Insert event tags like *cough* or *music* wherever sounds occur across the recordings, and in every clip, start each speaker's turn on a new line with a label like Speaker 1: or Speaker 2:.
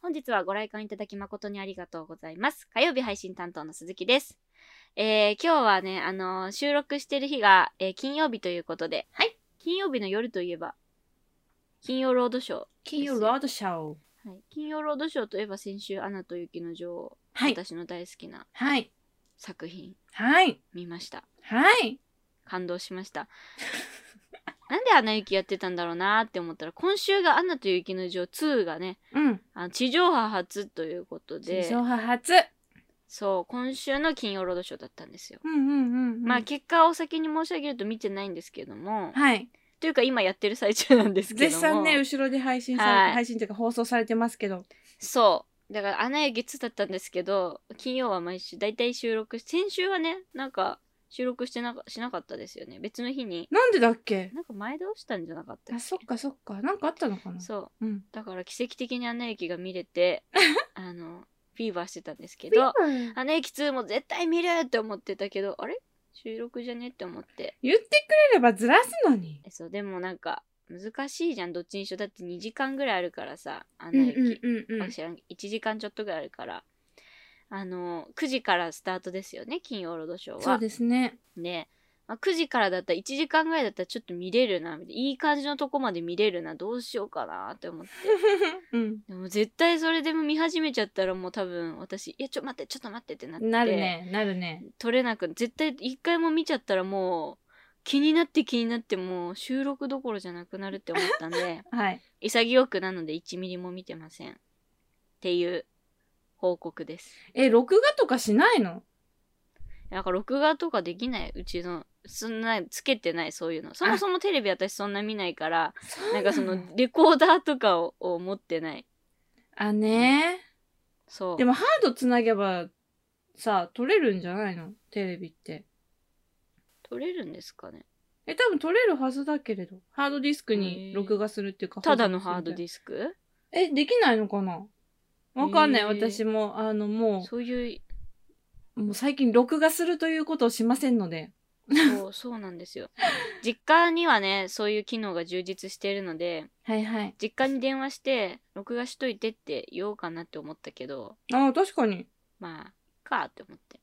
Speaker 1: 本日はご来館いただき誠にありがとうございます。火曜日配信担当の鈴木です。えー、今日はね、あのー収録してる日が、えー金曜日ということで、
Speaker 2: はい。
Speaker 1: 金曜日の夜といえば、金曜ロードショー。
Speaker 2: 金曜ロードショー。
Speaker 1: はい、金曜ロードショーといえば先週「アナと雪の女王」
Speaker 2: はい。
Speaker 1: 私の大好きな
Speaker 2: はい。
Speaker 1: 作品
Speaker 2: はい。
Speaker 1: 見ました
Speaker 2: はい。
Speaker 1: 感動しました *laughs* なんで「アナ雪」やってたんだろうなって思ったら今週が「アナと雪の女王2」がね
Speaker 2: うん。
Speaker 1: あの地上波初ということ
Speaker 2: 地
Speaker 1: で
Speaker 2: 上波初。
Speaker 1: そう今週の金曜ロードショーだったんですよ、
Speaker 2: うんうんうんうん。
Speaker 1: まあ結果を先に申し上げると見てないんですけども、
Speaker 2: はい。
Speaker 1: というか今やってる最中なんですけども
Speaker 2: 絶賛ね、後ろで配信されて、
Speaker 1: はい
Speaker 2: 配信というか放送されてますけど。
Speaker 1: そう。だから、穴雪2だったんですけど、金曜は毎週、だいたい収録し、先週はね、なんか、収録してなかしなかったですよね。別の日に。
Speaker 2: なんでだっけ
Speaker 1: なんか前倒したんじゃなかった
Speaker 2: あ、
Speaker 1: っけ
Speaker 2: そっかそっか。なんかあったのかな
Speaker 1: そう。
Speaker 2: うん。
Speaker 1: だから、奇跡的に穴雪が見れ
Speaker 2: *laughs*
Speaker 1: て、あの、フィーバーしてたんですけ
Speaker 2: ビバ
Speaker 1: ど、穴雪2も絶対見るって思ってたけど、あれ収録じゃねって思って。
Speaker 2: 言ってくれればずらすのに。
Speaker 1: えそう、でもなんか、難しいじゃん、どっちにしろ。だって2時間ぐらいあるからさ、穴
Speaker 2: うん
Speaker 1: 雪。
Speaker 2: うんうんうん
Speaker 1: 私ら1時間ちょっとぐらいあるからあの9時からスタートですよね金曜ロードショーは。
Speaker 2: そうです
Speaker 1: *laughs*
Speaker 2: ね。
Speaker 1: でまあ9時からだったら1時間ぐらいだったらちょっと見れるなみたいないい感じのとこまで見れるなどうしようかなって
Speaker 2: *laughs*
Speaker 1: 思って
Speaker 2: うん。
Speaker 1: でも絶対それでも見始めちゃったらもう多分私「いやちょ待ってちょっと待って」ってなって
Speaker 2: なるね、なるね。
Speaker 1: 撮れなく絶対一回も見ちゃったらもう気になって気になってもう収録どころじゃなくなるって思ったんで。
Speaker 2: はい。
Speaker 1: *laughs* 潔くなので1ミリも見てません。っていう報告です。
Speaker 2: え、録画とかしないの
Speaker 1: なんか録画とかできないうちの、そんな、つけてないそういうの。そもそもテレビ私そんな見ない *laughs* から、なんかそのレコーダーとかをを持ってない。
Speaker 2: あ、ね
Speaker 1: そう。
Speaker 2: でもハードつなげばさ、撮れるんじゃないのテレビって。
Speaker 1: 撮れるんですかね。
Speaker 2: え、多分撮れるはずだけれど。ハードディスク
Speaker 1: へ
Speaker 2: に
Speaker 1: ー
Speaker 2: 録画するっていうか。
Speaker 1: ただのハードデ
Speaker 2: ィス
Speaker 1: ィスク
Speaker 2: ク。え、できないのかなわかんない。
Speaker 1: へー
Speaker 2: 私も、あの、も
Speaker 1: そういう、
Speaker 2: う、もう最近録画するということをしませんので。
Speaker 1: そう、そうなんですよ。実家にはね、そういう機能が充実しているので、
Speaker 2: はいはい。
Speaker 1: 実家に電話して、録画しといてって言おうかなって思ったけど、
Speaker 2: あ、確かに。
Speaker 1: まあ、いっかって思って。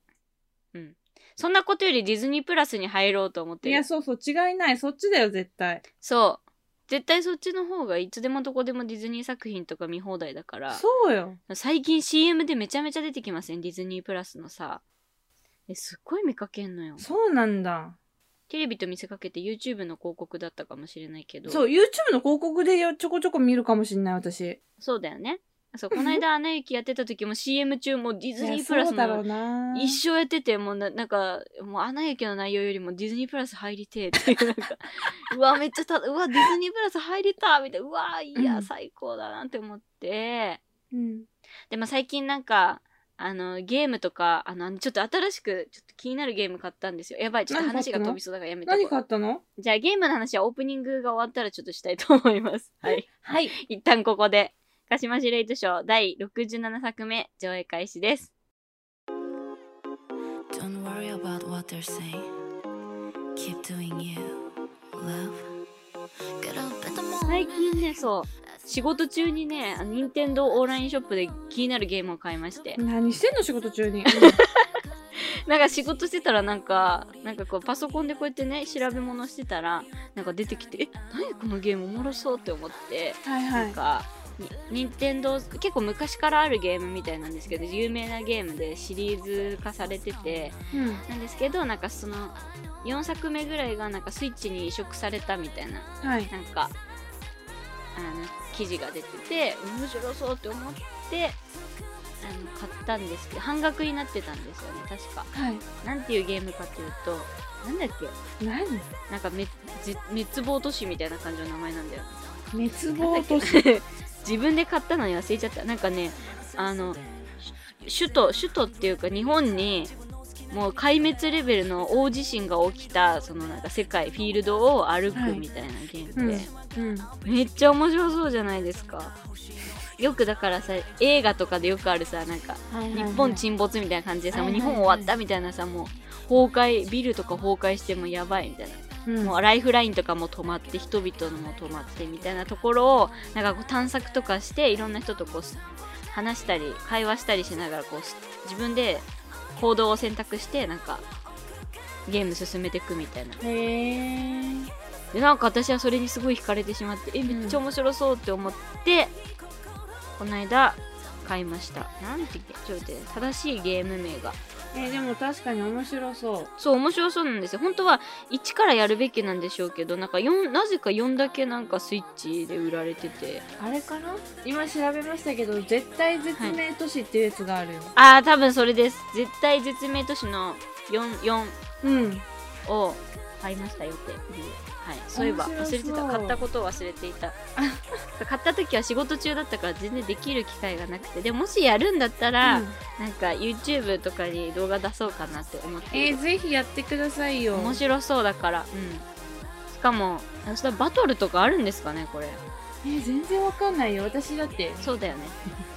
Speaker 1: うん。そんなことよりディズニープラスに入ろうと思っ
Speaker 2: い
Speaker 1: て
Speaker 2: や、
Speaker 1: る。
Speaker 2: そうそう。違いない。そっちだよ、絶対。
Speaker 1: そう。絶対そっちの方がいつでもどこでもディズニー作品とか見放題だから。
Speaker 2: そうよ。
Speaker 1: 最近 CM でめちゃめちゃ出てきません、ディズニープラスのさ。え、すっごい見かけんのよ。
Speaker 2: そうなんだ。
Speaker 1: テレビと見せかけて YouTube の広告だったかもしれないけど。
Speaker 2: そう、YouTube の広告でよちょこちょこ見るかもしんない、私。
Speaker 1: そうだよね。
Speaker 2: *laughs*
Speaker 1: そう、この間、アナ雪やってた時も CM 中もディズニ
Speaker 2: いや
Speaker 1: ープラ
Speaker 2: そ
Speaker 1: ス
Speaker 2: うだろう
Speaker 1: の
Speaker 2: な。
Speaker 1: 一生やっててもうななんかもう「アナ雪」の内容よりもディズニープラス入りてえっていうなんか *laughs* うわめっちゃたうわディズニープラス入れたみたいなうわいうや
Speaker 2: ん
Speaker 1: 最高だなって思って
Speaker 2: うん。
Speaker 1: でも最近なんかあのゲームとかあのちょっと新しくちょっと気になるゲーム買ったんですよやばいちょっと
Speaker 2: 何
Speaker 1: 話
Speaker 2: 買った
Speaker 1: が
Speaker 2: の
Speaker 1: 飛びそうだからやめと
Speaker 2: 何
Speaker 1: こ
Speaker 2: 買
Speaker 1: う
Speaker 2: ったの
Speaker 1: じゃあゲームの話はオープニングが終わったらちょっとしたいと思いますはい
Speaker 2: はい。
Speaker 1: 一旦ここで鹿島司令図賞第67作目上映開始です
Speaker 3: Don't worry about what they're saying. Keep doing you, love. Get up in the
Speaker 1: 最
Speaker 3: morning.
Speaker 1: 近ねそう仕事中にねあの任天堂オンラインショップで気になるゲームを買いまして
Speaker 2: 何してんの仕事中に。
Speaker 1: なんか仕事してたらなんかなんかこうパソコンでこうやってね調べ物してたらなんか出てきてえ何このゲームおもろそうって思って
Speaker 2: はいは
Speaker 1: なん
Speaker 2: い。
Speaker 1: かに任天堂結構昔からあるゲームみたいなんですけど有名なゲームでシリーズ化されてて
Speaker 2: うん。
Speaker 1: なんですけどなんかその4作目ぐらいがなんかスイッチに移植されたみたいな
Speaker 2: はい。
Speaker 1: なんかあの記事が出てて面白そうって思ってあの買ったんですけど半額になってたんですよね確か
Speaker 2: はい。
Speaker 1: なんていうゲームかっていうとなんだっけ
Speaker 2: 何
Speaker 1: なんかめぜ滅亡都市みたいな感じの名前なんだよ
Speaker 2: 滅亡都市。
Speaker 1: *laughs* 自分で買ったのに忘れちゃったなんかねあのし首都首都っていうか日本にもう壊滅レベルの大地震が起きたそのなんか世界フィールドを歩くみたいなゲームで、
Speaker 2: はいうんうん。
Speaker 1: めっちゃ面白そうじゃないですかよくだからさ映画とかでよくあるさなんか日本沈没みたいな感じでさ、
Speaker 2: はいはい
Speaker 1: もう日本終わったみたいなさもう崩壊ビルとか崩壊してもやばいみたいな、
Speaker 2: うん。
Speaker 1: もうライフラインとかも止まって人々のも止まってみたいなところをなんかこう探索とかしていろんな人とこうす話したり会話したりしながらこうす自分で行動を選択してなんかゲーム進めていくみたいな
Speaker 2: へえ
Speaker 1: でなんか私はそれにすごい惹かれてしまってえ
Speaker 2: ん
Speaker 1: めっちゃ面白そうって思って、この間買いましたなんてちょっと待って正しいゲーム名が
Speaker 2: えでも確かに面白そう
Speaker 1: そう面白そうなんですよ本当は1からやるべきなんでしょうけどなんか4なぜか4だけなんかスイッチで売られてて
Speaker 2: あれかな今調べましたけど絶対絶命都市っていうやつがあるよ、
Speaker 1: ああ多分それです絶対絶命都市の44
Speaker 2: うん
Speaker 1: を買いましたよっていうはい、そういえば
Speaker 2: 面
Speaker 1: 忘
Speaker 2: 白そ
Speaker 1: れ
Speaker 2: う
Speaker 1: てた買ったことを忘れていた *laughs* 買った時は仕事中だったから全然できる機会がなくてでももしやるんだったら、
Speaker 2: うん
Speaker 1: なんか YouTube とかに動画出そうかなって思ってい
Speaker 2: えー
Speaker 1: る、
Speaker 2: ぜひやってくださいよ
Speaker 1: 面白そうだから、うん、しかも明日バトルとかあるんですかねこれ
Speaker 2: えー全然わかんないよ私だって
Speaker 1: そうだよね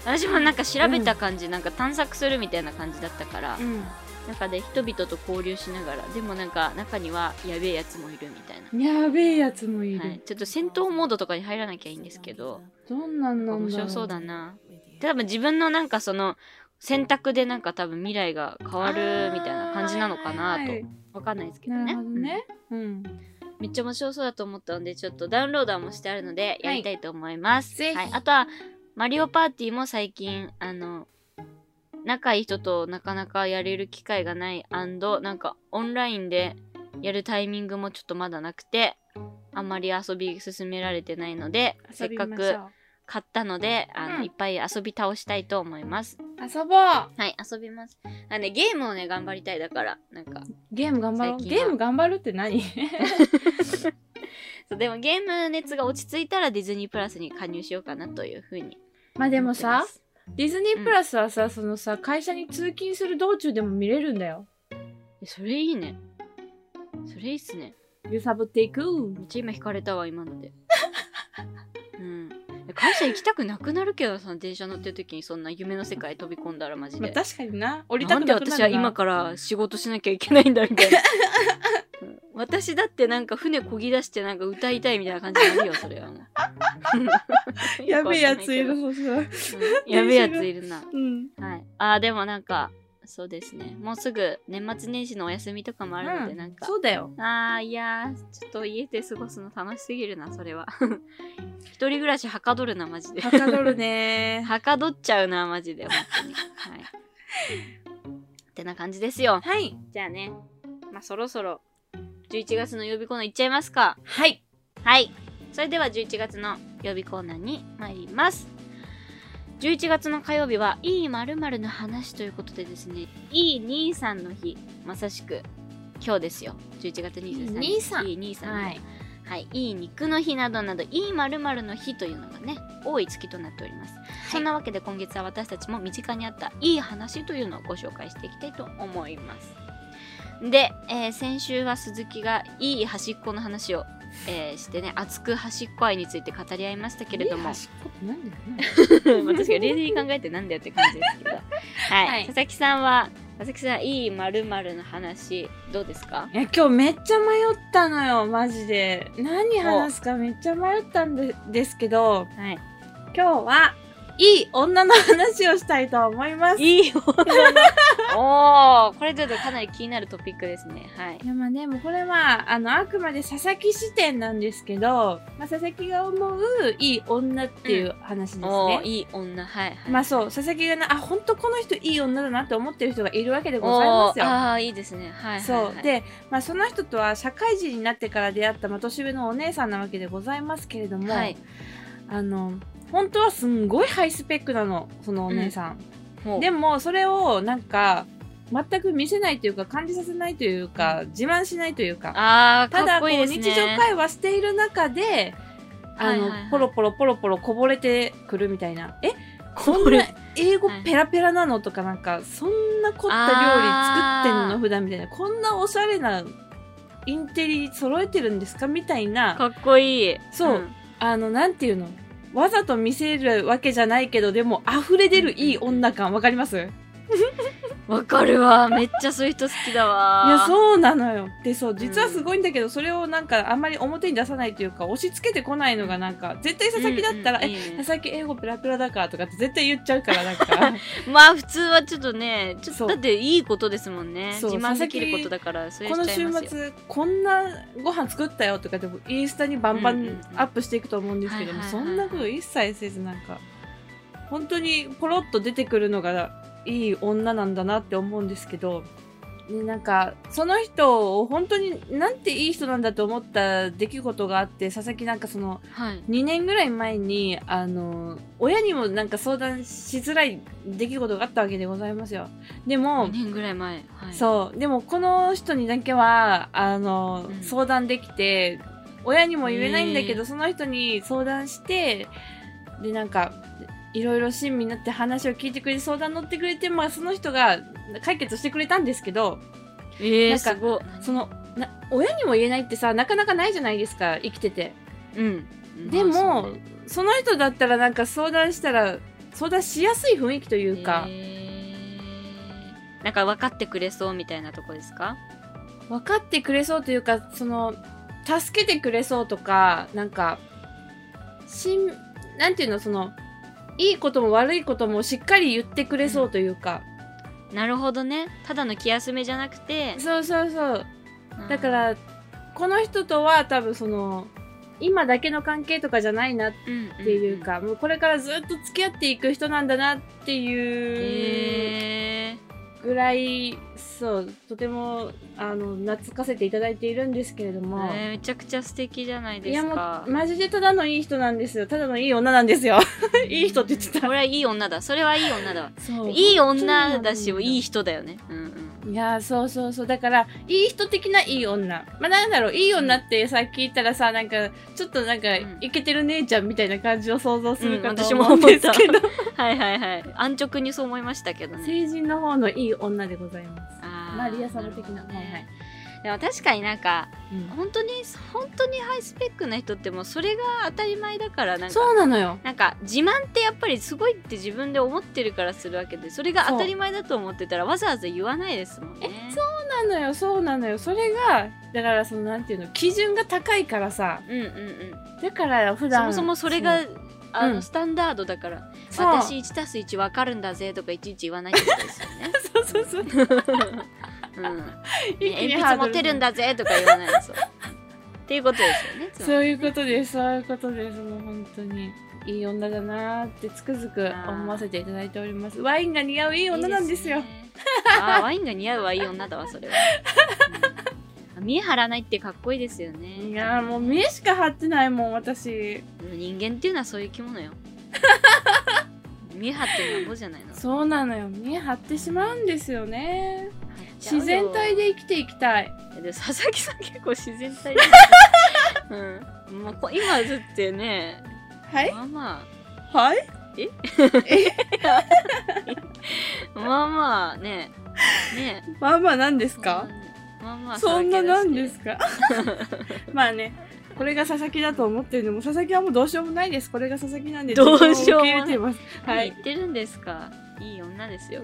Speaker 1: 私もなんか調べた感じ、なんか探索するみたいな感じだったから、
Speaker 2: ん
Speaker 1: 中で人々と交流しながらでもなんか中にはやべえやつもいるみたいな、
Speaker 2: やべえやつもいる、
Speaker 1: はい、ちょっと戦闘モードとかに入らなきゃいいんですけど
Speaker 2: どんなんなんだろう
Speaker 1: 面白そうだな多分自分のなんかその選択でなんか多分未来が変わるみたいな感じなのかな
Speaker 2: はいは
Speaker 1: と
Speaker 2: いは
Speaker 1: わかんないですけ
Speaker 2: い
Speaker 1: どね
Speaker 2: なるほど
Speaker 1: うん
Speaker 2: ねうん
Speaker 1: めっちゃ面白そうだと思ったのでちょっとダウンローダーもしてあるのでやりたいと思います、
Speaker 2: ぜ
Speaker 1: はい
Speaker 2: ひ
Speaker 1: あとはマリオパーティーも最近あの仲いい人となかなかやれる機会がない and なんかオンラインでやるタイミングもちょっとまだなくてあんまり遊び進められてないのでせ
Speaker 2: 遊
Speaker 1: っ
Speaker 2: び
Speaker 1: か
Speaker 2: ましょう
Speaker 1: く買ったのであの、
Speaker 2: うん
Speaker 1: いっぱい遊び倒したいと思います
Speaker 2: 遊ぼう
Speaker 1: はい遊びますあ、ね、ゲームをね頑張りたいだからなんか
Speaker 2: ゲーム頑張ろう
Speaker 1: 最近は
Speaker 2: ゲーム頑張るっ
Speaker 1: *laughs*
Speaker 2: て何
Speaker 1: そうでもゲーム熱が落ち着いたらディズニープラスに加入しようかなというふうに
Speaker 2: まあでも
Speaker 1: 思って
Speaker 2: さ
Speaker 1: ます
Speaker 2: ディズニープラスはさ、そのさ会社に通勤する道中でも見れるんだよ
Speaker 1: えそれいいねそれいいっすね
Speaker 2: 揺さぶっていく
Speaker 1: めっちゃ今引かれたわ今の
Speaker 2: *laughs*
Speaker 1: でうん会社行きたくなくなるけどさ電車乗ってる時にそんな夢の世界飛び込んだらマジ
Speaker 2: まあ
Speaker 1: で、
Speaker 2: 確かにな降りた
Speaker 1: な
Speaker 2: く
Speaker 1: んで
Speaker 2: なくなるな
Speaker 1: 私は今から仕事しなきゃいけないんだみたい
Speaker 2: *laughs*
Speaker 1: なうん私だってなんか船こぎ出してなんか歌いたいみたいな感じになるよそれはもう
Speaker 2: *laughs* やべえやついる
Speaker 1: *laughs* うん
Speaker 2: そうそう
Speaker 1: やべえやついるな
Speaker 2: うん
Speaker 1: はい、あーでもなんかそうですねもうすぐ年末年始のお休みとかもあるので、
Speaker 2: うん
Speaker 1: なんか
Speaker 2: そう
Speaker 1: *laughs*
Speaker 2: だよ
Speaker 1: あーいやーちょっと家で過ごすの楽しすぎるなそれは *laughs* 一人暮らしはかどるなマジで
Speaker 2: はかどるね
Speaker 1: はかどっちゃうなマジで本当にはいってな感じですよ
Speaker 2: はい
Speaker 1: じゃあねまあそろそろ11月の予備コーナーいっちゃいますか
Speaker 2: はい
Speaker 1: はい。それでは11月の予備コーナーに参ります。11月の火曜日は、いい〇〇の話ということでですね、いい兄さんの日、まさしく、今日ですよ。11月23日。
Speaker 2: いい兄さん
Speaker 1: いい兄さんの日。は
Speaker 2: はいい。
Speaker 1: いい肉の日などなど、いい〇〇の日というのがね、多い月となっております。そんなわけで今月は私たちも身近にあったいい話というのをご紹介していきたいと思います。で、えー先週は鈴木がいい端っこの話を、えーしてね熱く端っこ愛について語り合いましたけれども *laughs*
Speaker 2: いい端っこってなんだよね
Speaker 1: まあ確かに冷静に考えてなんだよって感じですけど、はい
Speaker 2: はい
Speaker 1: 佐々木さんは佐々木さんいいまるの話どうですか
Speaker 2: いや今日めっちゃ迷ったのよマジで何話すかめっちゃ迷ったんでですけど
Speaker 1: はい
Speaker 2: 今日はいい女の話をしたいと思いますい
Speaker 1: いい女
Speaker 2: *laughs*
Speaker 1: のおーこれちょっとかなり気になるトピックですねはい
Speaker 2: やまあねもうこれはあのあくまで佐々木視点なんですけど、まあ、佐々木が思ういい女っていう話です
Speaker 1: お
Speaker 2: ね
Speaker 1: ー、いい女はいはい
Speaker 2: まあそう佐々木がなあ本当この人いい女だなって思ってる人がいるわけでござい
Speaker 1: お
Speaker 2: ます
Speaker 1: ー
Speaker 2: よ
Speaker 1: ああいいですねはいはいはい
Speaker 2: そうで、まあ、その人とは社会人になってから出会った、まあ、年上のお姉さんなわけでございますけれども、
Speaker 1: はい
Speaker 2: あの本当はすんごいハイスペックなのそのお姉さん、
Speaker 1: もう
Speaker 2: でもそれをなんか全く見せないというか感じさせないというか自慢しないというか
Speaker 1: ああ
Speaker 2: た
Speaker 1: か
Speaker 2: だ
Speaker 1: っ
Speaker 2: こ
Speaker 1: こ
Speaker 2: う
Speaker 1: いいですね
Speaker 2: 日常会話している中であの、
Speaker 1: はいはいはい
Speaker 2: ポロポロポロポロこぼれてくるみたいなえ
Speaker 1: こ
Speaker 2: そ
Speaker 1: ぼ
Speaker 2: ん
Speaker 1: れ
Speaker 2: な英語
Speaker 1: はい
Speaker 2: ペラペラなのとかなんかそんな凝った料理作ってんの普段みたいなこんなおしゃれなインテリ揃えてるんですかみたいな
Speaker 1: かっこいい
Speaker 2: そうあのなんていうのわざと見せるわけじゃないけどでも溢れ出るいい女感わかります
Speaker 1: わかるわめっちゃそういう人好きだわ
Speaker 2: いやそうなのよでそう実はすごいんだけど、それをなんかあんまり表に出さないというか押し付けてこないのがなんか絶対佐々木だったら
Speaker 1: う
Speaker 2: 「
Speaker 1: んうんいい
Speaker 2: え
Speaker 1: ね
Speaker 2: 佐々木英語ペラペラだから」とかって絶対言っちゃうからなんか
Speaker 1: まあ普通はちょっとねちょっ
Speaker 2: そ
Speaker 1: とだ
Speaker 2: う
Speaker 1: っていいことですもんね
Speaker 2: そう
Speaker 1: 自慢できることだからそれ
Speaker 2: こ
Speaker 1: し
Speaker 2: の
Speaker 1: ちゃい
Speaker 2: 週
Speaker 1: ますよ
Speaker 2: 末こんなご飯作ったよとかでもインスタにバンバ
Speaker 1: うんうんう
Speaker 2: ン
Speaker 1: ん
Speaker 2: アップしていくと思うんですけども、
Speaker 1: はいはい
Speaker 2: そ
Speaker 1: はい
Speaker 2: んなこと一切せずなんか本当にポロッと出てくるのがいい女なんだなって思うんですけどでなんかその人を本当になんていい人なんだと思った出来事があって佐々木なんかその
Speaker 1: はい
Speaker 2: 2年ぐらい前にあの親にもなんか相談しづらい出来事があったわけでございますよ。でも、
Speaker 1: 2年ぐらい前、はい、
Speaker 2: そうでもこの人にだけはあの、
Speaker 1: うん
Speaker 2: 相談できて親にも言えないんだけど、
Speaker 1: ね
Speaker 2: その人に相談してでなんかいろいろ親身になって話を聞いてくれて相談乗ってくれて、まあ、その人が解決してくれたんですけど
Speaker 1: え
Speaker 2: な
Speaker 1: ー、
Speaker 2: んか
Speaker 1: すごい
Speaker 2: そのな親にも言えないってさなかなかないじゃないですか生きてて。
Speaker 1: うん
Speaker 2: で
Speaker 1: まあ
Speaker 2: も、
Speaker 1: そうね
Speaker 2: その人だったらなんか相談したら相談しやすい雰囲気というか。
Speaker 1: えーなんか分かってくれそうみたいなとこですか
Speaker 2: 分かってくれそうというかその助けてくれそうとかなんかしんなんていうのそのいいことも悪いこともしっかり言ってくれそうというか、
Speaker 1: なるほどねただの気休めじゃなくて
Speaker 2: そうそうそう
Speaker 1: うん
Speaker 2: だから、この人とは多分その今だけの関係とかじゃないなっ
Speaker 1: うんんん
Speaker 2: ていうか、もうこれからずっと付き合っていく人なんだなっていう
Speaker 1: えー
Speaker 2: ぐらい、そうとてもあの懐かせていただいているんですけれども。
Speaker 1: えーめちゃくちゃ素敵じゃない
Speaker 2: い
Speaker 1: で
Speaker 2: や
Speaker 1: す
Speaker 2: も
Speaker 1: か
Speaker 2: うマジでただのいい人なんですよただのいい女なんですよいい人って言って
Speaker 1: こ
Speaker 2: た
Speaker 1: れはいい女だそれはいい女だわ
Speaker 2: そう
Speaker 1: いい
Speaker 2: 本当
Speaker 1: 女
Speaker 2: になん
Speaker 1: だし
Speaker 2: よ
Speaker 1: いい人だよねうんうん
Speaker 2: *laughs* いやーそうそうそうだからいい人的ないい女まあなんだろういい女ってさ聞いたらさなんかちょっとなんか
Speaker 1: うん
Speaker 2: イケてる姉ちゃんみたいな感じを想像するか
Speaker 1: うん
Speaker 2: と
Speaker 1: 私も
Speaker 2: 思うんですけど、
Speaker 1: はいはいはい安直にそう思いましたけどね
Speaker 2: 成人の方のいい女でございます
Speaker 1: あー
Speaker 2: マリア様的な
Speaker 1: るほどね
Speaker 2: はいはい
Speaker 1: でも確かになんか
Speaker 2: うん
Speaker 1: 本当に本当にハイスペックな人ってもうそれが当たり前だからなんか
Speaker 2: そうなのよ
Speaker 1: なんか自慢ってやっぱりすごいって自分で思ってるからするわけでそれが当たり前だと思ってたらわざわざ言わないですもんね
Speaker 2: えそうなのよそうなのよそれがだからそのなんていうの基準が高いからさ
Speaker 1: うんうんうん
Speaker 2: だから普
Speaker 1: そ
Speaker 2: 段
Speaker 1: もそもそれがあの、
Speaker 2: うん
Speaker 1: スタンダードだから
Speaker 2: そう
Speaker 1: 私1たす1分かるんだぜとかいちいち言わないってことですよね。
Speaker 2: *laughs* そうそうそう
Speaker 1: うん、
Speaker 2: 一気に
Speaker 1: 鉛
Speaker 2: ハ
Speaker 1: 筆
Speaker 2: ード
Speaker 1: 持
Speaker 2: ル
Speaker 1: てるんだぜとか言わないですよ。っていうことですよねつまり。
Speaker 2: *laughs* そういうことです、そういうことです、もう本当に。いい女だなーってつくづく思わせていただいております。ワインが似合ういい女なんですよ。
Speaker 1: いいね。あーワインが似合うはいい女だわそれは。うん見え張らないってかっこいいですよね。
Speaker 2: いやーもう目しか張ってないもん、私。
Speaker 1: 人間っていうのはそういう生き物
Speaker 2: *laughs*
Speaker 1: よ。見え張ってなんぼじゃないの。
Speaker 2: そうなのよ、目張ってしまうんですよね。
Speaker 1: 入っちゃうよ
Speaker 2: 自然体。で生きていきたい。
Speaker 1: でも佐々木さん結構自然体
Speaker 2: *laughs*
Speaker 1: で。うん。まあこ今ずってね。
Speaker 2: はい
Speaker 1: まあま
Speaker 2: はい
Speaker 1: あまあまあねね。
Speaker 2: まあまあなんですか
Speaker 1: まあまあ。
Speaker 2: そんななんで
Speaker 1: か
Speaker 2: すかまあね、これが佐々木だと思ってるのも、佐々木はもうどうしようもないです。これが佐々木なんで、
Speaker 1: どうしようもない
Speaker 2: 自分を受け入れてます。は
Speaker 1: 何
Speaker 2: い
Speaker 1: 言。ってるんですかいい女ですよ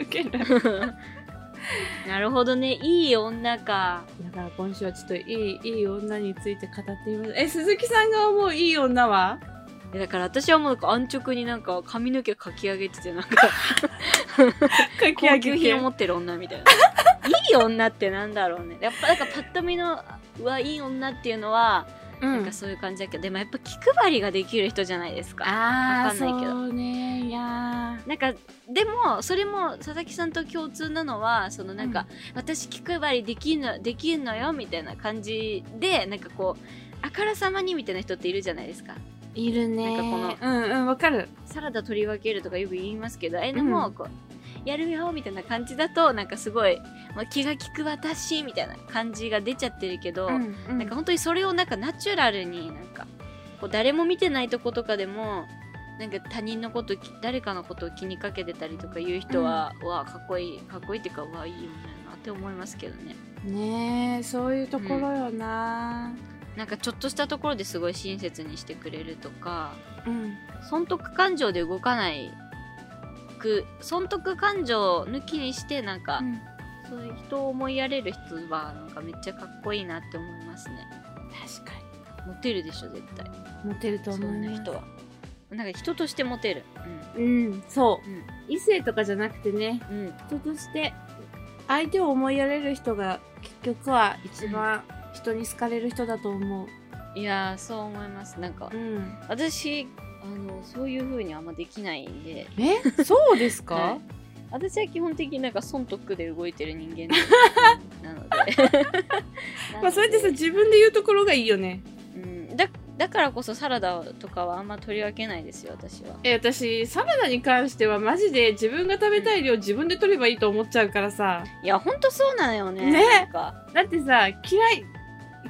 Speaker 2: 受ける
Speaker 1: なるほどねいい女か
Speaker 2: だから今週はちょっといい、いい女について語ってみます。え、鈴木さんが思ういい女はい
Speaker 1: やだから私はもうなんか安直になんか髪の毛かき上げててなんか
Speaker 2: かき
Speaker 1: 高
Speaker 2: 上
Speaker 1: 級
Speaker 2: げ
Speaker 1: 品を
Speaker 2: て
Speaker 1: 持。ってる女みたいないい女ってなんだろうねやっぱなんかパッと見のうわいい女っていうのは
Speaker 2: う
Speaker 1: なんかそういう感じだけど、でもやっぱ気配りができる人じゃないですか
Speaker 2: あ
Speaker 1: わか
Speaker 2: あ、
Speaker 1: んないけど
Speaker 2: そうね。いや
Speaker 1: なんかでもそれも佐々木さんと共通なのはそのなんか、私気配りできんのできんのよみたいな感じでなんかこうあからさまにみたいな人っているじゃないですか
Speaker 2: ーいるね。
Speaker 1: なんか
Speaker 2: この、うんうん、わかる。
Speaker 1: サラダ取り分けるとかよく言いますけどえでもこう、やるよみたいな感じだとなんかすごい、まあ、気が利く私みたいな感じが出ちゃってるけど、
Speaker 2: うん
Speaker 1: なんか本当にそれをなんかナチュラルになんかこう誰も見てないとことかでもなんか他人のことき誰かのことを気にかけてたりとかいう人は、うわかっこいいかっこいいっていうかうわいいよねなって思いますけどね
Speaker 2: ねえ、そういうところよな。
Speaker 1: なんかちょっとしたところですごい親切にしてくれるとか
Speaker 2: うん。
Speaker 1: 損得感情で動かない得損得感情を抜きにしてなんか、
Speaker 2: うん
Speaker 1: そういう人を思いやれる人はなんかめっちゃかっこいいなって思いますね
Speaker 2: 確か
Speaker 1: モテるでしょ絶対
Speaker 2: にモテると
Speaker 1: そ
Speaker 2: 思うん
Speaker 1: な
Speaker 2: 人
Speaker 1: 人
Speaker 2: は
Speaker 1: はなんか人としてモテる
Speaker 2: うんそう、
Speaker 1: うん
Speaker 2: 異性とかじゃなくてね
Speaker 1: うん、うん、
Speaker 2: 人として相手を思いやれる人が結局は一番人に好かれる人だと思う
Speaker 1: いやーそう思いますなんか
Speaker 2: うん
Speaker 1: 私あのそういう風にあんまできないんで
Speaker 2: えそうですか、
Speaker 1: はい私は基本的になんか損得で動いてる人間なので
Speaker 2: *laughs* まあそれってさ
Speaker 1: なので
Speaker 2: 自分で言うところがいいよね
Speaker 1: うん、だだからこそサラダとかはあんま取り分けないですよ私は
Speaker 2: え私サラダに関してはマジで自分が食べたい量自分で取ればいいと思っちゃうからさ
Speaker 1: いやほんとそうなのよね
Speaker 2: ね
Speaker 1: なんか
Speaker 2: だってさ嫌い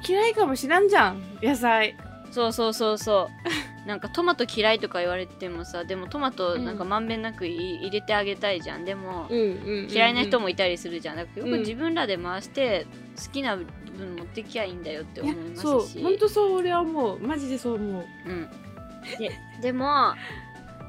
Speaker 2: 嫌いかもしらんじゃん野菜
Speaker 1: そうそうそうそう *laughs* なんかトマト嫌いとか言われてもさでもトマトなんかまんべんなくい入れてあげたいじゃんでも、
Speaker 2: うんうん
Speaker 1: 嫌いな人
Speaker 2: も
Speaker 1: もいたりするじゃんだからよ
Speaker 2: う
Speaker 1: く
Speaker 2: ん
Speaker 1: 自分らで回して好きな分持ってきゃいいんだよって
Speaker 2: い
Speaker 1: 思
Speaker 2: や
Speaker 1: いますし
Speaker 2: そうほんとそう俺は思うマジでそう思う
Speaker 1: うん、ででも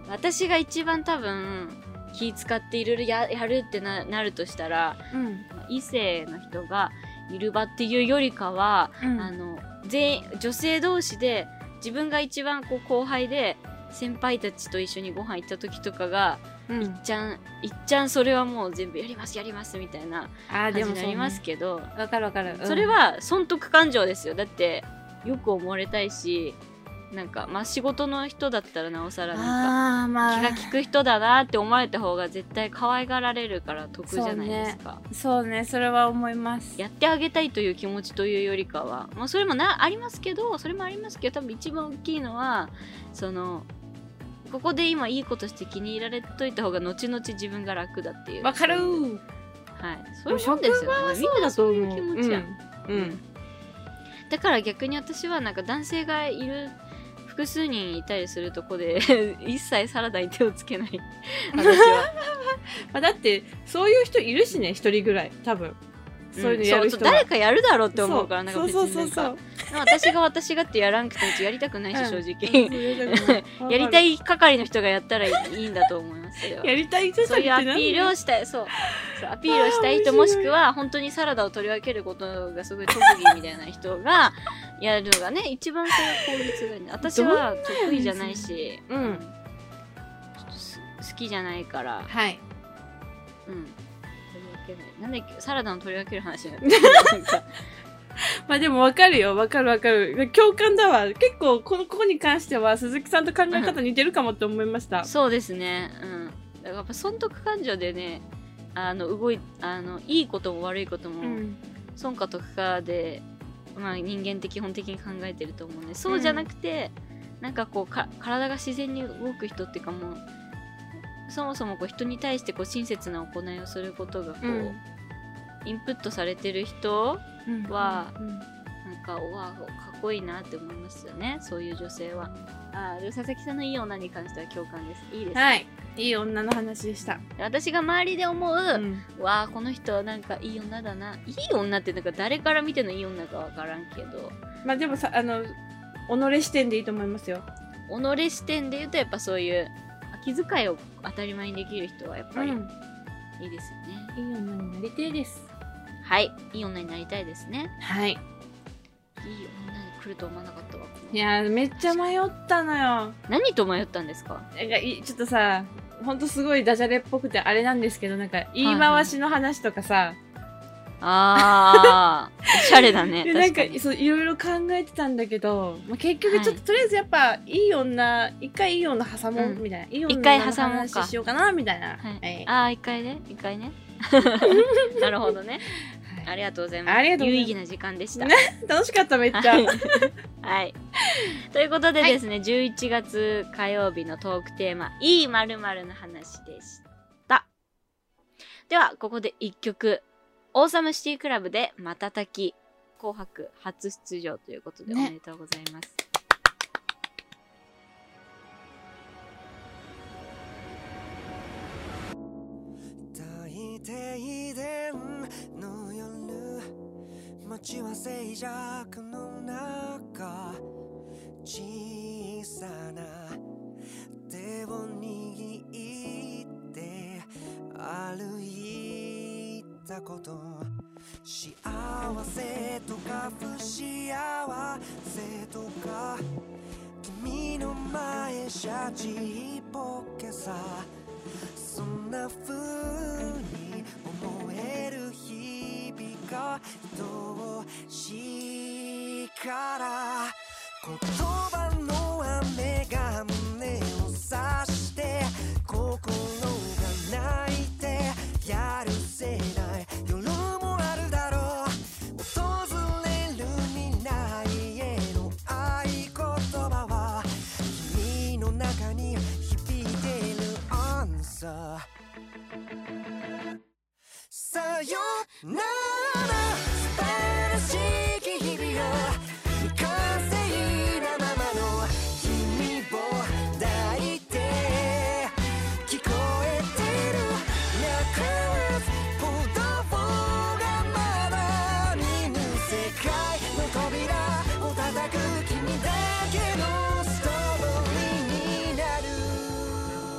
Speaker 1: 私が一番多分気使っていろいろややるってななるとしたら
Speaker 2: うん、
Speaker 1: 異性の人がいる場っていうよりかは、あの全員女性同士で自分が一番こう後輩で先輩たちと一緒にご飯行った時とかが、
Speaker 2: うん
Speaker 1: いっちゃんいっちゃんそれはもう全部やりますやりますみたいな
Speaker 2: あー
Speaker 1: 感じ
Speaker 2: で
Speaker 1: に
Speaker 2: も
Speaker 1: な
Speaker 2: そう
Speaker 1: り
Speaker 2: ね
Speaker 1: ますけど、
Speaker 2: わかるわかる、うん
Speaker 1: それは損得感情ですよだってよく思われたいしなんかまあ仕事の人だったらなおさらなんか
Speaker 2: ああーま
Speaker 1: 気が
Speaker 2: あ
Speaker 1: 利く人だなって思われた方が絶対可愛がられるから得じゃないですか、
Speaker 2: そうねそれは思います
Speaker 1: やってあげたいという気持ちというよりかは、まあ、それもなありますけどそれもありますけど多分一番大きいのはそのここで今いいことして気に入られといた方が後々自分が楽だっていう
Speaker 2: わかる
Speaker 1: そういう
Speaker 2: ー
Speaker 1: はいそういうもんですよねみんなそういう気持ちやん、
Speaker 2: うん、うん
Speaker 1: だから逆に私はなんか男性がいる複数人いたりするとこで
Speaker 2: *laughs*
Speaker 1: 一切サラダに手をつけない私は
Speaker 2: まあ、だってそういう人いるしね一人ぐらい多分そういうのやる人
Speaker 1: んそう
Speaker 2: が
Speaker 1: 誰かやるだろうって思うからなんか
Speaker 2: そう
Speaker 1: 別
Speaker 2: そう
Speaker 1: に
Speaker 2: そ
Speaker 1: な
Speaker 2: うんそ
Speaker 1: か
Speaker 2: う
Speaker 1: でも私が私がってやらんくてもやりたくないし
Speaker 2: うん
Speaker 1: 正
Speaker 2: うん
Speaker 1: 直
Speaker 2: それだか
Speaker 1: *laughs*
Speaker 2: ら
Speaker 1: やりたい係の人がやったらいいんだと思いますそれは
Speaker 2: やりたい人たち
Speaker 1: そういうアピール
Speaker 2: を
Speaker 1: をしたいそうそうアピールをしたい人
Speaker 2: あー面
Speaker 1: も
Speaker 2: 白
Speaker 1: し
Speaker 2: い
Speaker 1: くは本当にサラダを取り分けることがすごい特技みたいな人 *laughs* がやるのがね一番それ効率がいいね私は得意じゃないし、
Speaker 2: どうなんやろうねうん
Speaker 1: ちょっとす好きじゃないから、
Speaker 2: はい
Speaker 1: うん、取り分けないなんだっけサラダの取り分ける話に *laughs* なったなんか
Speaker 2: まあでもわかるよわかるわかる共感だわ結構このここに関しては鈴木さんと考え方似てるかもって思いました、
Speaker 1: そうですねうんだからやっぱ損得感情でねあの動いあのいいことも悪いことも、
Speaker 2: うん
Speaker 1: 損か得かで、まあ、人間って基本的に考えてると思うんでそうじゃなくて、なんかこうか体が自然に動く人っていうかもうそもそもこう人に対してこう親切な行いをすることがこう、
Speaker 2: うん
Speaker 1: インプットされてる人
Speaker 2: うん
Speaker 1: は
Speaker 2: うん
Speaker 1: なんかうわかっこいいなって思いますよねそういう女性は。あーで佐々木さんのいい女に関しては共感です。いいです、
Speaker 2: はいいい女の話でした、
Speaker 1: で私が周りで思う、
Speaker 2: ん
Speaker 1: わあこの人はなんかいい女だな。いい女ってなんか誰から見てのいい女かわからんけど、
Speaker 2: まあでもさあの己視点でいいと思いますよ
Speaker 1: 己視点で言うとやっぱそういう気遣いを当たり前にできる人はやっぱりい
Speaker 2: い
Speaker 1: いですよね、
Speaker 2: い女になりてえです
Speaker 1: はいいい女になりたいですね
Speaker 2: はい
Speaker 1: いい女に来ると思わなかったわ
Speaker 2: いやーめっちゃ迷ったのよなん
Speaker 1: 何と迷ったんですか
Speaker 2: かいちょっとさほんとすごいダジャレっぽくてあれなんですけどなんか言い回しの話とかさ、
Speaker 1: あ
Speaker 2: *laughs*
Speaker 1: ーおしゃれだね
Speaker 2: でなん
Speaker 1: 確
Speaker 2: か
Speaker 1: かに
Speaker 2: そういろいろ考えてたんだけど、まあ、結局ちょっと、
Speaker 1: は
Speaker 2: とりあえずやっぱいい女一回いい女挟もう
Speaker 1: うん
Speaker 2: みたいな、いい
Speaker 1: 一
Speaker 2: 女
Speaker 1: 回
Speaker 2: の
Speaker 1: 挟もうか
Speaker 2: 話しようかなみたいな、
Speaker 1: はい
Speaker 2: はい
Speaker 1: ああ一回ね一
Speaker 2: *laughs*
Speaker 1: 回ねなるほどね
Speaker 2: はい
Speaker 1: ありがとうございます
Speaker 2: ありがとうござい
Speaker 1: 有
Speaker 2: ま
Speaker 1: 意義な
Speaker 2: す
Speaker 1: 時間でした、
Speaker 2: ね楽しかっためっちゃ、
Speaker 1: はいはい。 *laughs* ということでですね、11月火曜日のトークテーマ、いい〇〇の話でした。では、ここで1曲。オーサムシティクラブで瞬き、紅白初出場ということで、お
Speaker 2: ね
Speaker 1: めでとうございます。
Speaker 4: 大停電の夜街は静寂の中小さな手を握ってったこと幸せとか不幸せとか君の前シャチポケさそんな風に思える日々が愛おしいから言葉の雨が胸を刺して心が泣いてやるせない夜もあるだろう訪れる未来への合言葉は君の中に響いてるアンサーさよなら素晴らしき日々を未完成なままの君を抱いて聞こえてる Necklace 鼓動がまだ見ぬ世界の扉を叩く君だけのストーリーになる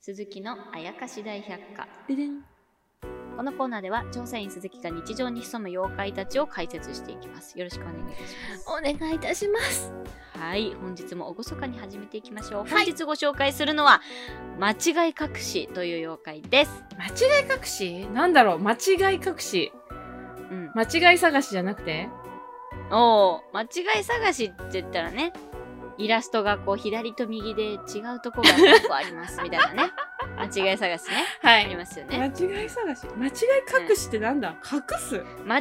Speaker 1: 鈴木のあやかし大百科このコーナーでは調査員鈴木が日常に潜む妖怪たちを解説していきますよろしくお願いいたします
Speaker 5: お願いいたします
Speaker 1: はい本日も厳かに始めていきましょう、
Speaker 5: はい
Speaker 1: 本日ご紹介するのは間違い隠しという妖怪です
Speaker 2: 間違い隠しなんだろう間違い隠し
Speaker 1: うん
Speaker 2: 間違い探しじゃなくて
Speaker 1: おお間違い探しって言ったらねイラストがこう左と右で違うとこが結構ありますみたいなね
Speaker 5: *laughs*
Speaker 1: 間違い探しね
Speaker 2: は
Speaker 1: ありますよね
Speaker 2: 間違い探し間違い隠しってなんだ、隠す
Speaker 1: 間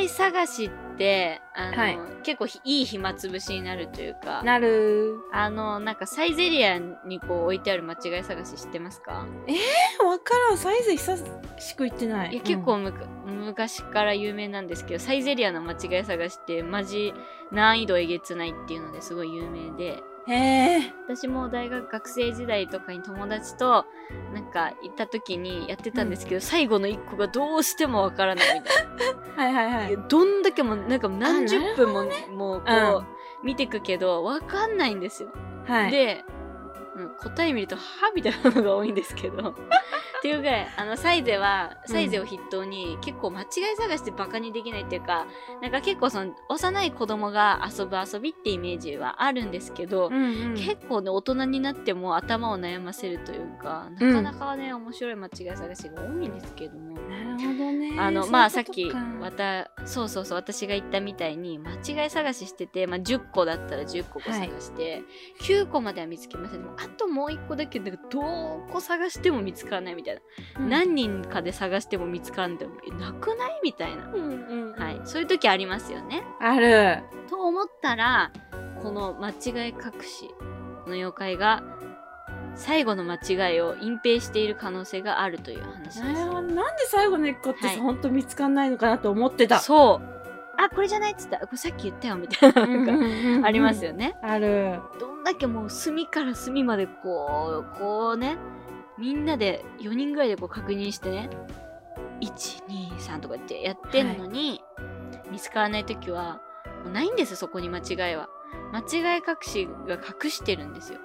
Speaker 1: 違い探しって、あの
Speaker 2: はい
Speaker 1: 結構ひいい暇つぶしになるというか
Speaker 2: なる
Speaker 1: あのなんかサイゼリアにこう置いてある間違い探し知ってますか
Speaker 2: えわからんサイズ久しく行ってない
Speaker 1: いや結構むか、昔から有名なんですけどサイゼリアの間違い探しってマジ難易度えげつないっていうのですごい有名で
Speaker 2: うんへえ
Speaker 1: 私も大学学生時代とかに友達となんか行った時にやってたんですけど、最後の1個がどうしてもわからないみたいな
Speaker 2: はいはいはい
Speaker 1: いやどんだけもなんか何十分も、もうこう、
Speaker 2: うん
Speaker 1: 見てくけどわかんないんですよ、
Speaker 2: はい
Speaker 1: で、うん答え見ると「は」みたいなのが多いんですけ
Speaker 2: *laughs*
Speaker 1: どっていうぐらいあのサイゼはサイゼを筆頭に、結構間違い探してバカにできないっていうかなんか結構その幼い子供が遊ぶ遊びってイメージはあるんですけど、
Speaker 2: うんうん
Speaker 1: 結構ね大人になっても頭を悩ませるというかなかなかね、面白い間違い探しが多いんですけども、
Speaker 2: なるほどね
Speaker 1: あの
Speaker 2: そういうこと
Speaker 1: まあさっき
Speaker 2: か
Speaker 1: またそうそうそう私が言ったみたいに間違い探ししてて、まあ、10個だったら10個を探して、9個までは見つけましたでもあともう1個だけどどこ探しても見つからないみたいな、
Speaker 2: うん
Speaker 1: 何人かで探しても見つからんでもえなくないみたいな、
Speaker 2: うんうん
Speaker 1: はい、そういう時ありますよね。
Speaker 2: ある
Speaker 1: と思ったらこの間違い隠しこの妖怪が最後の間違いを隠蔽している可能性があるという話
Speaker 2: な
Speaker 1: で
Speaker 2: るほどなんで最後の一個ってさ、
Speaker 1: はい
Speaker 2: ほんと見つかんないのかなと思ってた
Speaker 1: すそうあこれじゃないっつったこれさっき言ったよみたいななんか
Speaker 2: か
Speaker 1: ありますよね、
Speaker 2: ある
Speaker 1: どんだけもう隅から隅までこうこうねみんなで4人ぐらいでこう確認してね123とかってやってんのに、見つからない時はもうないんですそこに間違いは間違い隠しが隠してるんですよ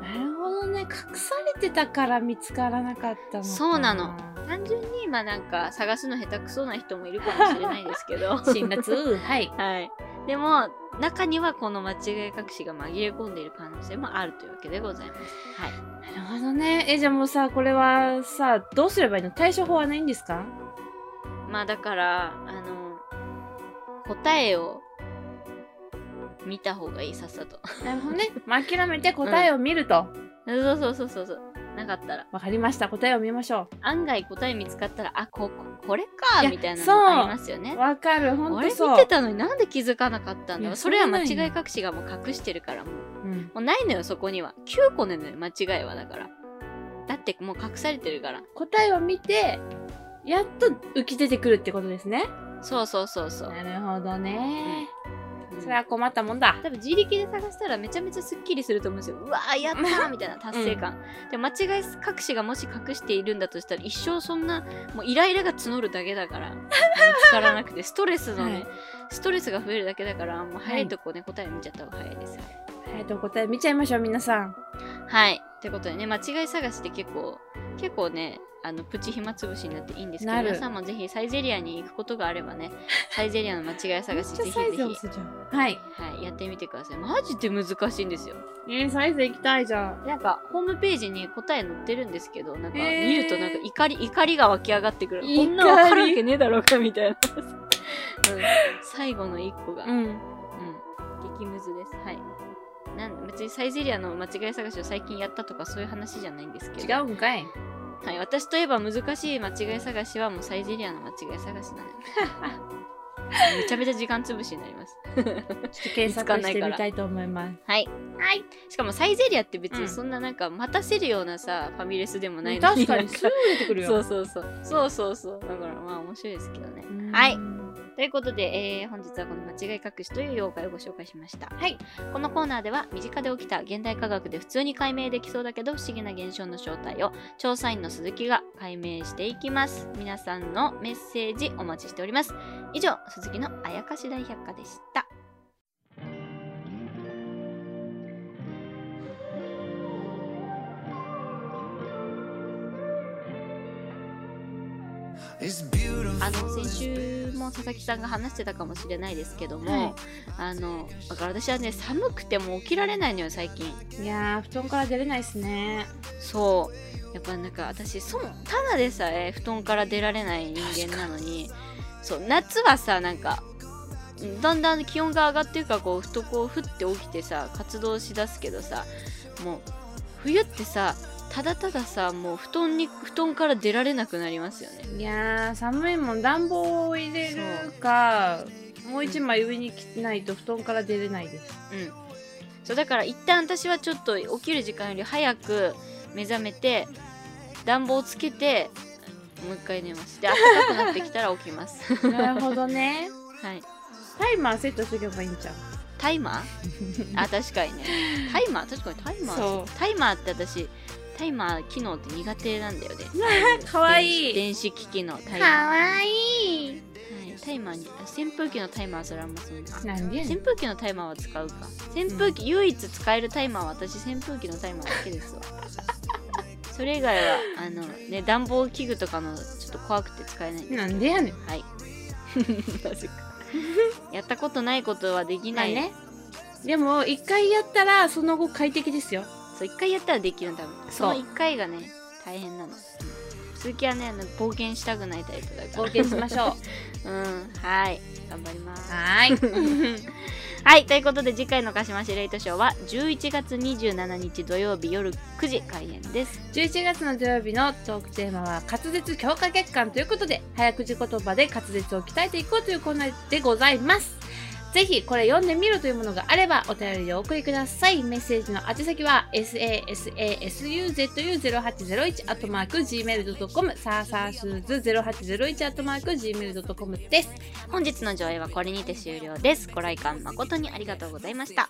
Speaker 2: なるほどね隠されてたから見つからなかったのか
Speaker 1: そうなの単純にまあなんか探すの下手くそな人もいるかもしれないですけ *laughs* ど
Speaker 2: 辛 *laughs* 辣はい
Speaker 1: はいでも中にはこの間違い隠しが紛れ込んでいる可能性もあるというわけでございますはい
Speaker 2: なるほどねえじゃあもうさこれはさどうすればいいの対処法はないんですか
Speaker 1: まあだからあの答えを見た方がいいさっさと *laughs*
Speaker 2: なるほどねまあ諦めて答えを見ると、
Speaker 1: そうそうそうそうそうなかったら
Speaker 2: わかりました答えを見ましょ
Speaker 1: 案外答え見つかったらあこここれか
Speaker 2: いや
Speaker 1: みたいな
Speaker 2: そう
Speaker 1: のありますよ
Speaker 2: う
Speaker 1: ね
Speaker 2: わかるほん
Speaker 1: 俺
Speaker 2: とそう
Speaker 1: 見てたのになんで気づかなかったんだ
Speaker 2: い
Speaker 1: ろ
Speaker 2: や
Speaker 1: うそれは
Speaker 2: そうな
Speaker 1: 間
Speaker 2: んよ
Speaker 1: 違い隠しがもう隠してるからもう
Speaker 2: うん
Speaker 1: もうないのよそこには9個なのよ間違いはだからだってもう隠されてるから
Speaker 2: 答えを見てやっと浮き出てくるってことですね
Speaker 1: そうそうそうそう、
Speaker 2: なるほどね、
Speaker 1: うん
Speaker 2: それは困ったもんだ
Speaker 1: 多分自力で探したらめちゃめちゃすっきりすると思うんですようわーやったーみたいな達成感、で間違い隠しがもし隠しているんだとしたら一生そんなもうイライラが募るだけだから見つからなく
Speaker 2: *laughs*
Speaker 1: てストレスのね、
Speaker 2: はい
Speaker 1: ストレスが増えるだけだからもう早いとこね、答え見ちゃった方が早いです
Speaker 2: えっと答え見ちゃいましょう皆さん
Speaker 1: はい。ってことでね、間違い探しって結構結構ねあのプチ暇つぶしになっていいんですけど
Speaker 2: なる
Speaker 1: 皆さんもぜひサイゼリアに行くことがあればねサイゼリアの間違い探しぜひぜ
Speaker 2: サイ
Speaker 1: ひ、
Speaker 2: ズ
Speaker 1: は
Speaker 2: じゃん。はい。
Speaker 1: い、やってみてくださいマジで難しいんですよ
Speaker 2: えー、サイズ行きたいじゃん。
Speaker 1: なんかホームページに答え載ってるんですけどなんか
Speaker 2: へー
Speaker 1: 見るとなんか怒り怒りが湧き上がってくる
Speaker 2: 怒り
Speaker 1: こんなわかるわけねえだろうかみたいな、うん最後の一個が、
Speaker 2: うん。
Speaker 1: うん、激ムズです。はい。なん別にサイゼリアの間違い探しを最近やったとかそういう話じゃないんですけど、
Speaker 2: うんかい。
Speaker 1: はい、私といえば難しい間違い探しはもうサイゼリアの間違い探しな *laughs* のよ。めちゃめちゃ時間つぶしになります。
Speaker 2: ちょっと検索してみたいと思います。
Speaker 1: はい。はい。しかもサイゼリアって別
Speaker 2: うん
Speaker 1: にそんななんか待たせるようなさ、ファミレスでもないの
Speaker 2: 確
Speaker 1: に
Speaker 2: か
Speaker 1: なん
Speaker 2: にすぐ出てくるよ。
Speaker 1: *laughs* そうそうそう。そうそうそう。だからまあ面白いですけどね。
Speaker 2: うん
Speaker 1: はい。ということで、えー本日はこの間違い隠しという妖怪をご紹介しました。
Speaker 2: はい。
Speaker 1: このコーナーでは、身近で起きた現代科学で普通に解明できそうだけど不思議な現象の正体を調査員の鈴木が解明していきます。皆さんのメッセージお待ちしております。以上、鈴木のあやかし大百科でした。あの先週も佐々木さんが話してたかもしれないですけども、
Speaker 2: はい
Speaker 1: あのだから私はね寒くても起きられないのよ最近
Speaker 2: いやー、布団から出れないですね。
Speaker 1: そうやっぱなんか私そもただでさえ布団から出られない人間なのにそう夏はさなんかだんだん気温が上がってるからこうふとこう降って起きてさ活動しだすけどさもう冬ってさただたださもう布団に布団から出られなくなりますよね
Speaker 2: いやー、寒いもん、暖房を入れるか、もう一枚上に着ないと布団から出れないです。
Speaker 1: うん、そうだから一旦私はちょっと起きる時間より早く目覚めて暖房つけてもう一回寝ますで暖かくなってきたら起きます
Speaker 2: *laughs* なるほどね。
Speaker 1: はい
Speaker 2: タイマーセットしておけばいいんじゃん。
Speaker 1: タイマーあ確かにねタイマー確かにタイマ
Speaker 2: そう
Speaker 1: ータイマーって私タイマー機能って苦手なんだよね
Speaker 2: かわいい。
Speaker 1: 電子機器のタイマー、は
Speaker 2: わいい。
Speaker 1: い、タイマーにあ扇風機のタイマーはそれはあんまそんな
Speaker 2: なんでやね
Speaker 1: 扇
Speaker 2: ん。
Speaker 1: 風機のタイマーは使うか扇風機、唯一使えるタイマーは私扇風機のタイマーだけ *laughs* ですわそれ以外はあのね暖房器具とかのちょっと怖くて使えないんです
Speaker 2: なんでやねん。
Speaker 1: *laughs* はいなぜか *laughs* やったことないことはでき
Speaker 2: ま
Speaker 1: な
Speaker 2: あ
Speaker 1: い、
Speaker 2: ね。でも、一回やったら、その後快適ですよ。
Speaker 1: そう一回やったらできるの多分
Speaker 2: そ
Speaker 1: そうの一回がね大変なの、うん鈴木はねあの冒険したくないタイプだ
Speaker 2: 冒
Speaker 1: か
Speaker 2: 険しましょう。
Speaker 1: らうんはい頑張ります
Speaker 2: *laughs* はーい。
Speaker 1: はい、ということで次回の鹿島シレイトショーは11月27日土曜日夜9時開演です。
Speaker 2: 11月の土曜日のトークテーマは滑舌強化月間ということで早口言葉で滑舌を鍛えていこうというコーナーでございますぜひこれ読んでみるというものがあればお便りでお送りくださいメッセージの宛先は sasasuzu0801 アットマーク gmail.com サーサースーズ0801アットマーク gmail.com です
Speaker 1: 本日の上映はこれにて終了です。ご来館誠にありがとうございました。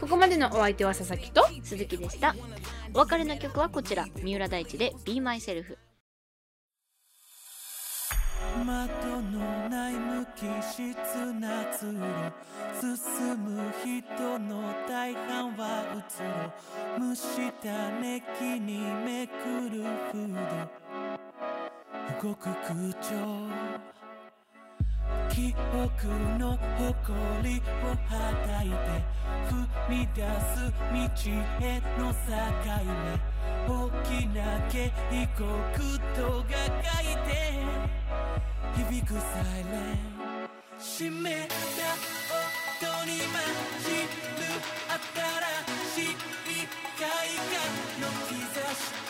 Speaker 2: ここまでのお相手は佐々木と
Speaker 1: 鈴木でした。お別れの曲はこちら、三浦大知で Be Myself。
Speaker 4: 窓のない無機質な通路進む人の大半はうつろ蒸した熱気にめくるフード動く空調記憶の誇りをはたいて踏み出す道への境目大きな警告とが書いて響くサイレン湿った音に混じる新しい光がの兆し